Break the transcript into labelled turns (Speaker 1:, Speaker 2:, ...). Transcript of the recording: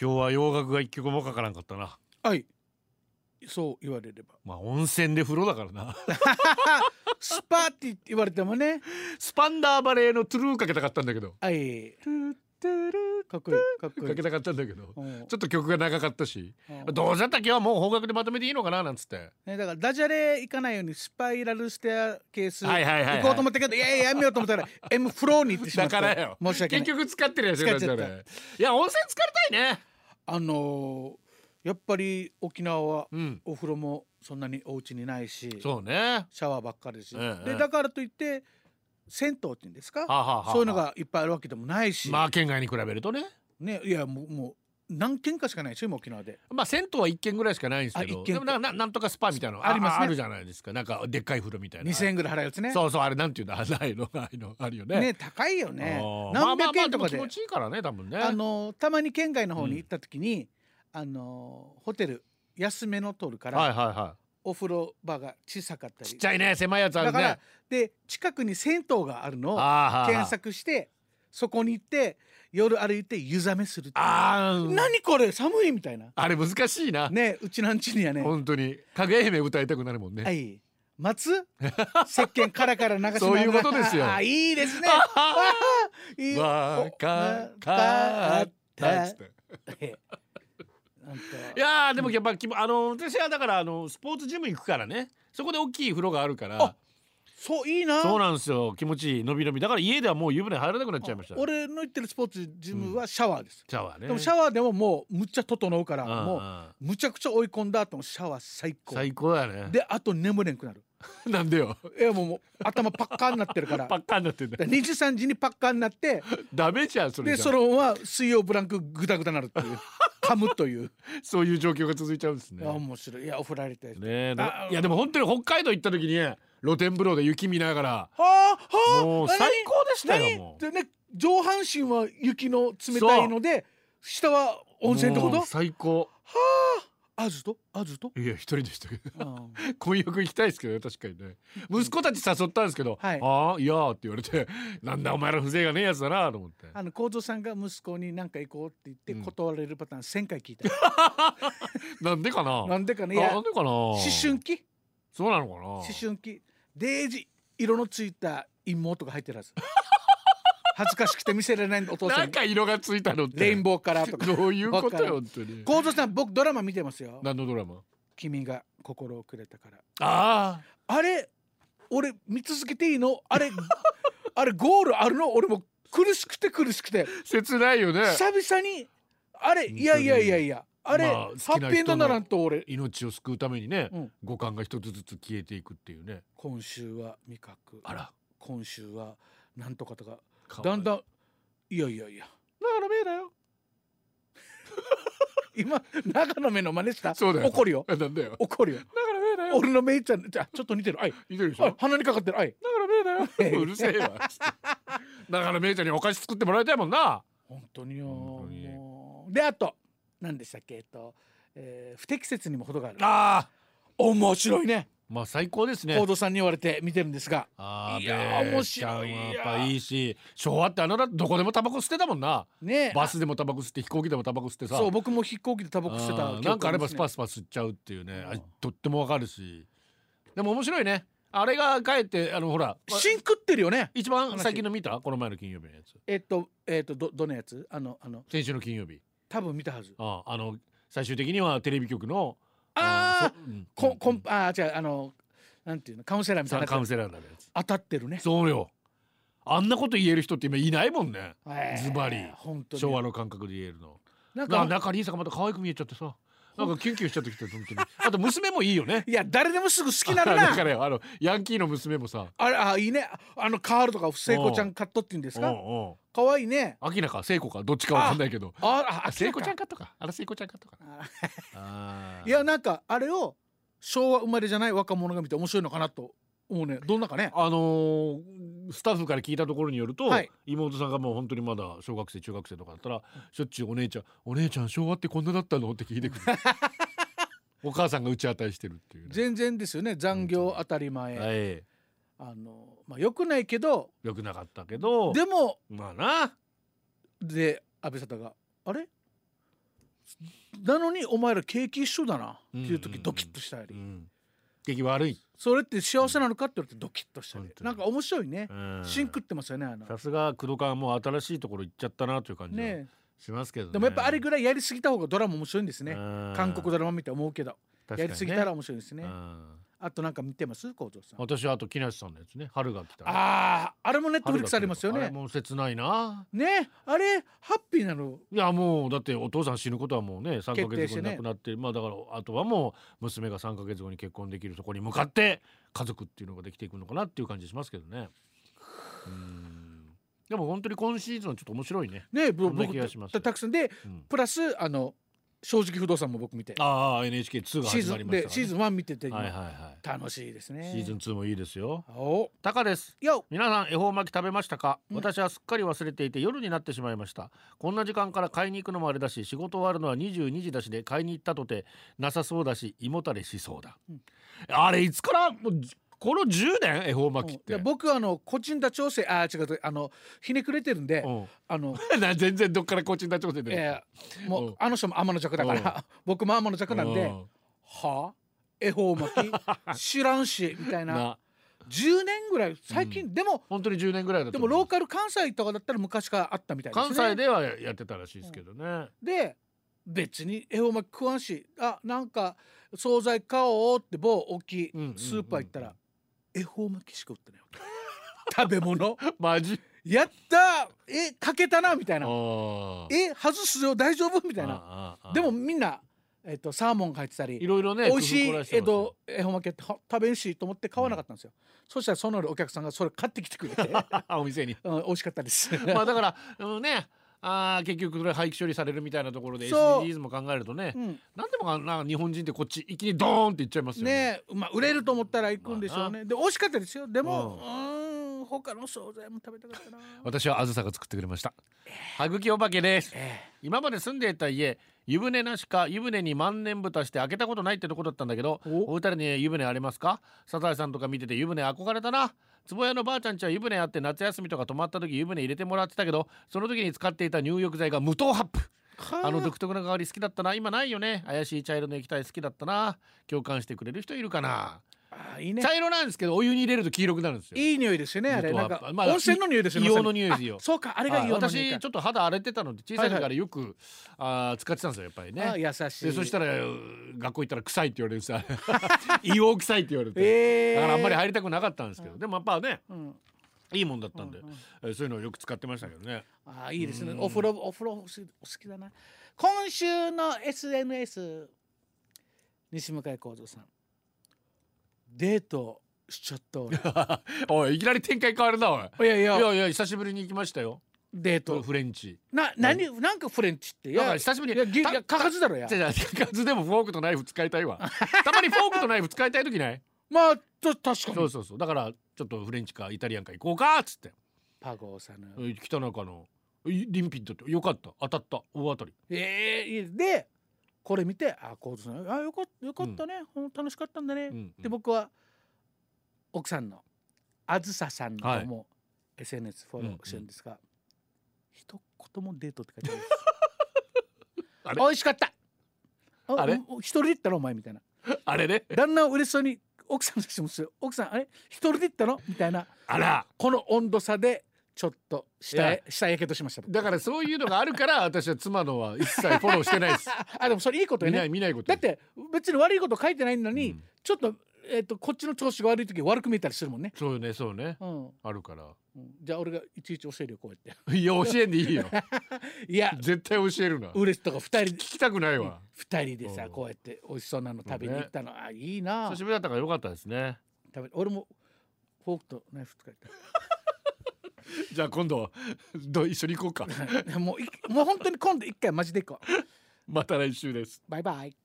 Speaker 1: 今日は洋楽が一曲もかからんかったな
Speaker 2: はいそう言われれば
Speaker 1: まあ温泉で風呂だからな
Speaker 2: スパーティーって言われてもね
Speaker 1: スパンダーバレーのトゥルーかけたかったんだけど
Speaker 2: はい
Speaker 1: トゥルトゥル
Speaker 2: かっこいいかっこいい
Speaker 1: かけたかったんだけど
Speaker 2: うん
Speaker 1: ちょっと曲が長かったし
Speaker 2: うん
Speaker 1: どうせだったら今日はもう方角でまとめていいのかななんつって
Speaker 2: ね、だからダジャレいかないようにスパイラルステアケース
Speaker 1: はいはいはいはい
Speaker 2: 行こうと思ったけどいやいややめようと思ったら M フローに行ってしま
Speaker 1: だ
Speaker 2: った
Speaker 1: からよ
Speaker 2: 申し訳ない
Speaker 1: 結局使ってるやつ
Speaker 2: 使っちゃった
Speaker 1: いや温泉疲れたいね
Speaker 2: あのーやっぱり沖縄は
Speaker 1: うん
Speaker 2: お風呂もそんなにお家にないしシ
Speaker 1: そうねは
Speaker 2: ャワーばっかりだし、
Speaker 1: ええええ
Speaker 2: でだからといって銭湯っていうんですか
Speaker 1: あはあはあ
Speaker 2: そういうのがいっぱいあるわけでもないし、
Speaker 1: まあ県外に比べるとね
Speaker 2: ね、いやもうもう何軒かしかないでしょ今沖縄で
Speaker 1: まあ銭湯は一軒ぐらいしかないんですけ
Speaker 2: あ
Speaker 1: ど
Speaker 2: 一軒
Speaker 1: でもなんかななんとかスパみたいなの
Speaker 2: ありますね
Speaker 1: あるじゃないですかなんかでっかい風呂みたいな
Speaker 2: 2,000円ぐらい払うやつね
Speaker 1: そうそうあれなんていうんだ ないのないのあるよね
Speaker 2: ね高いよね
Speaker 1: あー
Speaker 2: 何百円と
Speaker 1: まあまあまあでも
Speaker 2: かで,、
Speaker 1: 気持ちいいからね多分ね
Speaker 2: あのたまに県外の方に行った時に、あのホテル安めの取るから、
Speaker 1: はいはいは
Speaker 2: お風呂場が小さかった
Speaker 1: い
Speaker 2: り
Speaker 1: ちっちゃいね狭いやつある
Speaker 2: だ
Speaker 1: ね
Speaker 2: からで近くに銭湯があるのを
Speaker 1: あーはーはー
Speaker 2: 検索してそこに行って夜歩いて湯冷めするっていう
Speaker 1: あーうん
Speaker 2: 何これ寒いみたいな
Speaker 1: あれ難しいな、
Speaker 2: ねうちなんちにはね
Speaker 1: 本当にかぐや姫歌いたくなるもんね、
Speaker 2: はい松 石鹸からから流しながら
Speaker 1: そういうことですよ
Speaker 2: あいいですねいい
Speaker 1: わかかったっつって
Speaker 2: ええなんか
Speaker 1: いやーでもやっぱきもあの私はだからあのスポーツジム行くからねそこで大きい風呂があるから
Speaker 2: あそういいな
Speaker 1: そうなんですよ気持ちいいのびのびだから家ではもう湯船入らなくなっちゃいました
Speaker 2: 俺の行ってるスポーツジムはシャワーです、
Speaker 1: シャワーね
Speaker 2: でもシャワーでももうむっちゃ整うから、
Speaker 1: うん
Speaker 2: も
Speaker 1: う
Speaker 2: うんむちゃくちゃ追い込んだ後のシャワー最高
Speaker 1: 最高だよね
Speaker 2: であと眠れんくなる
Speaker 1: なんでよ
Speaker 2: いやもうもう頭パッカーになってるから
Speaker 1: パッカーになってんだ
Speaker 2: だから2時3時にパッカーになって
Speaker 1: ダメじゃんそれ
Speaker 2: で
Speaker 1: じゃ
Speaker 2: そ
Speaker 1: ん
Speaker 2: のまま水曜ブランクグダグダなるっていう噛むという、
Speaker 1: そういう状況が続いちゃうんですね
Speaker 2: あ面白いいやおふられて、
Speaker 1: ねえ
Speaker 2: あ
Speaker 1: いやでも本当に北海道行った時に露天風呂で雪見ながら
Speaker 2: はあはあ
Speaker 1: もう
Speaker 2: 何
Speaker 1: 最高でしたよ
Speaker 2: 何
Speaker 1: もう
Speaker 2: でね上半身は雪の冷たいので下は温泉ってこ
Speaker 1: も
Speaker 2: と
Speaker 1: う最高
Speaker 2: アズとアズと
Speaker 1: いや一人で したけど
Speaker 2: うん
Speaker 1: 婚約行きたいですけどね確かにね息子たち誘ったんですけど「
Speaker 2: はい
Speaker 1: ああいやー」って言われて 「なんだお前ら風情がねえやつだな」と思って
Speaker 2: あの幸三さんが息子に何か行こうって言って
Speaker 1: うん
Speaker 2: 断られるパターン1000回聞いた、
Speaker 1: なんでかな
Speaker 2: なんでかねいや
Speaker 1: な
Speaker 2: 思
Speaker 1: んでかな思
Speaker 2: 春期
Speaker 1: そうなのかな
Speaker 2: 思春期デージ色のついた妹が入ってるは ず恥ずかしくて見せられないんだお父さ
Speaker 1: なんん
Speaker 2: に
Speaker 1: か色がついたのって
Speaker 2: レインボーカラー とか
Speaker 1: どういうことよ
Speaker 2: わ
Speaker 1: 本当に
Speaker 2: 幸三さん僕ドラマ見てますよ
Speaker 1: 何のドラマ
Speaker 2: 君が心をくれたから
Speaker 1: あ
Speaker 2: あれ俺見続けていいのあれ あれゴールあるの俺も苦しくて苦しくて
Speaker 1: あ切ないよね
Speaker 2: 久々にあれ
Speaker 1: 当に
Speaker 2: いやいやいやいやあれ、
Speaker 1: まあ好きな
Speaker 2: ハ
Speaker 1: 人の
Speaker 2: ッピーエンドならんと俺
Speaker 1: 命を救うためにね、
Speaker 2: うん
Speaker 1: 五感が一つずつ消えていくっていうね
Speaker 2: 今週は味覚
Speaker 1: あら
Speaker 2: 今週はなんとかとか
Speaker 1: か
Speaker 2: だんだ
Speaker 1: ん
Speaker 2: んいやいやいや
Speaker 1: 長野めだよ
Speaker 2: 今長野目の真似した
Speaker 1: そうだよ
Speaker 2: 怒るよ
Speaker 1: あなんだよ
Speaker 2: 怒るよ
Speaker 1: 長野めだよ
Speaker 2: 俺のめいちゃんじゃあちょっと似てるあい
Speaker 1: 似てるでし
Speaker 2: あ
Speaker 1: ょ
Speaker 2: 鼻にかかってるあい
Speaker 1: 長 野めだようるせえわつって長野めちゃんにお菓子作ってもらいたいもんな
Speaker 2: 本当によ
Speaker 1: 本当に
Speaker 2: もうであと何でしたっけえっと、えー不適切にも程がある
Speaker 1: ああ
Speaker 2: 面白いね
Speaker 1: まあ最高ですね
Speaker 2: 報道さんに言われて見てるんですが
Speaker 1: あー
Speaker 2: いやー
Speaker 1: べーちゃんは
Speaker 2: 面白い
Speaker 1: や
Speaker 2: や
Speaker 1: っぱいいし昭和ってあのだどこでもタバコ吸ってたもんな
Speaker 2: ね
Speaker 1: バスでもタバコ吸って飛行機でもタバコ吸ってさ
Speaker 2: そう僕も飛行機でタバコ吸ってた
Speaker 1: あーなんかあればスパ
Speaker 2: ス
Speaker 1: スパ吸っちゃうっていうね
Speaker 2: うん
Speaker 1: あれとってもわかるしでも面白いねあれがかえってあのほら
Speaker 2: シン食ってるよね
Speaker 1: 一番最近の見たこの前の金曜日のやつ
Speaker 2: えっとえっとどどのやつあのあの
Speaker 1: 先週の金曜日
Speaker 2: 多分見たはず
Speaker 1: ああの最終的にはテレビ局の
Speaker 2: ああ
Speaker 1: ーそうん
Speaker 2: ここんあー違うあのなんていうのカウンセラーみたい
Speaker 1: さ
Speaker 2: な
Speaker 1: カウ
Speaker 2: や
Speaker 1: ン
Speaker 2: つ
Speaker 1: セラーになるやつ
Speaker 2: 当たってるね
Speaker 1: そうよあんなこと言える人って今いないもんね
Speaker 2: えー
Speaker 1: ズバリ
Speaker 2: 本当に
Speaker 1: 昭和の感覚で言えるの
Speaker 2: なん
Speaker 1: な
Speaker 2: か
Speaker 1: 中里依紗がまた可愛く見えちゃってさなんかキュンキュンしちゃってきて本当にあと娘もいいよね
Speaker 2: いや誰でもすぐ好きにな
Speaker 1: だ
Speaker 2: る
Speaker 1: か
Speaker 2: な
Speaker 1: らよあのヤンキーの娘もさ
Speaker 2: あれあいいねあのカールとか聖子ちゃんカットっていうんです
Speaker 1: うんう
Speaker 2: か
Speaker 1: ん
Speaker 2: 可愛いね
Speaker 1: 明らか聖子かどっちかわかんないけど
Speaker 2: ああ
Speaker 1: 聖子ちゃん
Speaker 2: ん
Speaker 1: かとかあら聖子ちゃんかとかあー
Speaker 2: いやなんかあれを昭和生まれじゃない若者が見て面白いのかなと思うねどんなかね
Speaker 1: あのースタッフから聞いたところによると、
Speaker 2: はい
Speaker 1: 妹さんがもう本当にまだ小学生中学生とかだったらしょっちゅうお姉ちゃん「お姉ちゃん昭和ってこんなだったの?」って聞いて くるお母さんが打ち当たりしてるっていう、ね
Speaker 2: 全然ですよね残業当たり前、
Speaker 1: はい、
Speaker 2: あのまあ良くないけど
Speaker 1: よくなかったけど
Speaker 2: でも
Speaker 1: まあな
Speaker 2: で安倍沙汰があれなのにお前ら景気一緒だなってい
Speaker 1: う
Speaker 2: う
Speaker 1: んうんう
Speaker 2: 時
Speaker 1: ん
Speaker 2: ドキッとした
Speaker 1: う
Speaker 2: り
Speaker 1: ん、景気悪い、
Speaker 2: それって幸せなのかって言われてドキッとしたり
Speaker 1: 本当に
Speaker 2: なんか面白いね
Speaker 1: うん
Speaker 2: シンクってますよねあの
Speaker 1: さすが工藤官はもう新しいところ行っちゃったなという感じが
Speaker 2: ね
Speaker 1: しますけどね
Speaker 2: でもやっぱあれぐらいやりすぎた方がドラマ面白いんですね韓
Speaker 1: 韓
Speaker 2: 国ドラマ見て思うけどやりすぎたら面白いですねあとなんか見てます幸三さん
Speaker 1: 私はあと木梨さんのやつね春が来た
Speaker 2: あーあれもネットフリックスありますよ
Speaker 1: あれ
Speaker 2: ね
Speaker 1: もう切ないな
Speaker 2: ねあれハッピーなの
Speaker 1: いやもうだってお父さん死ぬことはもうね3ヶ
Speaker 2: 決定
Speaker 1: 月
Speaker 2: し
Speaker 1: 後
Speaker 2: て
Speaker 1: に
Speaker 2: ね
Speaker 1: 亡くなって、まあだからあとはもう娘が3ヶ月後に結婚できるところに向かって家族っていうのができていくのかなっていう感じしますけどねうんでも本当に今シーズンはちょっと面白いね、
Speaker 2: ねぼ
Speaker 1: そんな
Speaker 2: 僕
Speaker 1: 気がします
Speaker 2: たたくさんで
Speaker 1: うん、
Speaker 2: プラスあの正直不動産も僕見て
Speaker 1: ああ NHK2 が
Speaker 2: シー
Speaker 1: 始
Speaker 2: ズ
Speaker 1: まり
Speaker 2: ン
Speaker 1: ましたから、ね
Speaker 2: で、シーズン1見てて
Speaker 1: はいはい
Speaker 2: 今
Speaker 1: は
Speaker 2: 楽しいです
Speaker 1: い、
Speaker 2: ね
Speaker 1: シーズン2もいいですよ
Speaker 2: お
Speaker 1: タカです
Speaker 2: よ
Speaker 1: 皆さん恵方巻き食べましたか、
Speaker 2: うん
Speaker 1: 私はすっかり忘れていて夜になってしまいましたこんな時間から買いに行くのもあれだし仕事終わるのは22時だしで買いに行ったとてなさそうだし胃もたれしそうだ、
Speaker 2: うん
Speaker 1: あれいつからもうじこの10年恵方巻きって、
Speaker 2: いや僕はあの個人打調整あー違うあのひねくれてるんで、
Speaker 1: うん
Speaker 2: あの、
Speaker 1: な全然どっからこっちになっちゃってね、
Speaker 2: えーも
Speaker 1: うん
Speaker 2: うあの人も天の弱だか
Speaker 1: う
Speaker 2: ら 僕も天の弱なんで、
Speaker 1: うん
Speaker 2: はあ恵方巻き知らんしみたいな
Speaker 1: な
Speaker 2: 10年ぐらい最近、でも
Speaker 1: 本当に10年ぐらいだと
Speaker 2: で
Speaker 1: 思
Speaker 2: も
Speaker 1: う
Speaker 2: ローカル関西とかだったら昔からあったみたいですね
Speaker 1: 関西ではやってたらしいですけどね、
Speaker 2: で別に恵方巻き食わんしあなんか惣菜買おうって某大きい
Speaker 1: うんうんうんうん
Speaker 2: スーパー行ったら恵方巻きしか売ってないわけ 食べ物
Speaker 1: マジ
Speaker 2: やったーえかけたなみたいな
Speaker 1: あー
Speaker 2: え外すよ大丈夫みたいな
Speaker 1: あーあー
Speaker 2: でもみんな、えっとサーモンが入ってた
Speaker 1: い
Speaker 2: り
Speaker 1: ろいろね
Speaker 2: 美味しい
Speaker 1: 工夫凝らてますね
Speaker 2: 江戸恵方巻きやっては食べんしと思って買わなかったんですよ、そしたらそのお客さんがそれ買ってきて くれて、
Speaker 1: あお店に
Speaker 2: うん、美味しかったです、
Speaker 1: まあだから、うん、ねあー結局これ廃棄処理されるみたいなところで
Speaker 2: そう
Speaker 1: SDGs も考えるとね
Speaker 2: うん、
Speaker 1: なんでもかんなんか日本人ってこっち一気にドーンっていっちゃいますよね。
Speaker 2: ねえ、まあ、売れると思ったら行くんでしょうね、
Speaker 1: ま
Speaker 2: で美味しかったですよでも
Speaker 1: う
Speaker 2: うーん他の惣菜も食べた かったな
Speaker 1: 私はあずさが作ってくれました。はぐきお化けです。
Speaker 2: え
Speaker 1: 今まで住んでいた家湯船なしか湯船に万年蓋して開けたことないってとこだったんだけど
Speaker 2: お
Speaker 1: お二人に湯船ありますかサザエさんとか見てて湯船憧れたな壺屋のばあちゃんちは湯船あって夏休みとか泊まった時湯船入れてもらってたけどその時に使っていた入浴剤が無糖ハップ
Speaker 2: え
Speaker 1: あの
Speaker 2: は
Speaker 1: 独特な香り好きだったな今ないよね怪しい茶色の液体好きだったな共感してくれる人いるかな、
Speaker 2: ああいいね
Speaker 1: 茶色なんですけどお湯に入れると黄色くなるんですよ
Speaker 2: いい匂いですよねあ
Speaker 1: ず
Speaker 2: れ
Speaker 1: っと
Speaker 2: な
Speaker 1: は
Speaker 2: んか、
Speaker 1: まあ
Speaker 2: 温泉の匂いですよね
Speaker 1: い
Speaker 2: まさ
Speaker 1: 硫
Speaker 2: に
Speaker 1: 黄の匂いですよ
Speaker 2: あそうかあれが
Speaker 1: はい
Speaker 2: 硫黄の匂い
Speaker 1: 私ち
Speaker 2: か
Speaker 1: ょっと肌荒れてたので小さい時
Speaker 2: はい
Speaker 1: か
Speaker 2: は
Speaker 1: らよく、あー使ってたんですよやっぱり
Speaker 2: あ
Speaker 1: ね
Speaker 2: 優し
Speaker 1: で
Speaker 2: い
Speaker 1: そしたらうー学校行ったら臭いって言われる さ硫黄臭いって言われて、
Speaker 2: ええ
Speaker 1: だからあんまり入りたくなかったんですけど、でもやっぱね
Speaker 2: うん
Speaker 1: いいもんだったんで、
Speaker 2: うんうん
Speaker 1: えーそういうのをよく使ってましたけどね
Speaker 2: ああいいですね
Speaker 1: うん
Speaker 2: お風呂お風呂お好きお好きだな今週の SNS 西向井幸三さんデートしちゃった俺
Speaker 1: お いいきなり展開変わるなおい
Speaker 2: いやいや
Speaker 1: いやいや久しぶりに行きましたよ
Speaker 2: デート
Speaker 1: フレンチ
Speaker 2: な何なんかフレンチってい
Speaker 1: だから
Speaker 2: やい
Speaker 1: 久しぶりに
Speaker 2: やぎい
Speaker 1: た
Speaker 2: やかはずだろや
Speaker 1: じゃあ手数でもフォークとナイフ使いたい わたまにフォークとナイフ使いたい時ない
Speaker 2: まあと確か
Speaker 1: そう
Speaker 2: に
Speaker 1: そうそうだからちょっとフレンチかイタリアンか行こうかっつって
Speaker 2: パゴーさんの
Speaker 1: 北中のいリンピッドってよかった当たった大当たり
Speaker 2: ええでこれ見てあ幸三さんあよかよかったね、ほん、楽しかったんだね、
Speaker 1: うんうん
Speaker 2: で僕は奥さんのあずささんの
Speaker 1: はい
Speaker 2: 方も SNS フォローしてるんですが、一言もデートって書いてあるんです
Speaker 1: あれ
Speaker 2: 美味しかった
Speaker 1: あれ
Speaker 2: おお一人で行ったのお前みたいな
Speaker 1: あれね
Speaker 2: 旦那を嬉しそうに奥さんの写真もする奥さんあれ一人で行ったのみたいな
Speaker 1: あら
Speaker 2: この温度差でちょっと下
Speaker 1: い
Speaker 2: へ下へやけどしました僕
Speaker 1: だからそういうのがあるから私は妻のは一切フォローしてないです
Speaker 2: あでもそれいいこと
Speaker 1: 見
Speaker 2: よ
Speaker 1: な
Speaker 2: ね
Speaker 1: い見ないこと
Speaker 2: だって別に悪いこと書いてないのに、
Speaker 1: うん
Speaker 2: ちょっと,、えっとこっちの調子が悪い時悪く見えたりするもんね、
Speaker 1: そうねそうね
Speaker 2: うん
Speaker 1: あるから
Speaker 2: うんじゃあ俺がいちいち教えるよこうやっ
Speaker 1: いや教えんでい いよ
Speaker 2: ていや
Speaker 1: 絶対教えるな聞
Speaker 2: 嬉しとか二人で
Speaker 1: きたくないわ
Speaker 2: 二人で
Speaker 1: う
Speaker 2: さ
Speaker 1: ん
Speaker 2: こうやって美味しそうなの食べに行ったの、あいいな
Speaker 1: 久しぶりだったからよかったですね
Speaker 2: 食べ俺もフォークとナイフ使い
Speaker 1: じゃあ今度どう一緒に行こうか
Speaker 2: たいもういもう本当に今度一回マジで行こう
Speaker 1: また来週です
Speaker 2: バイバイ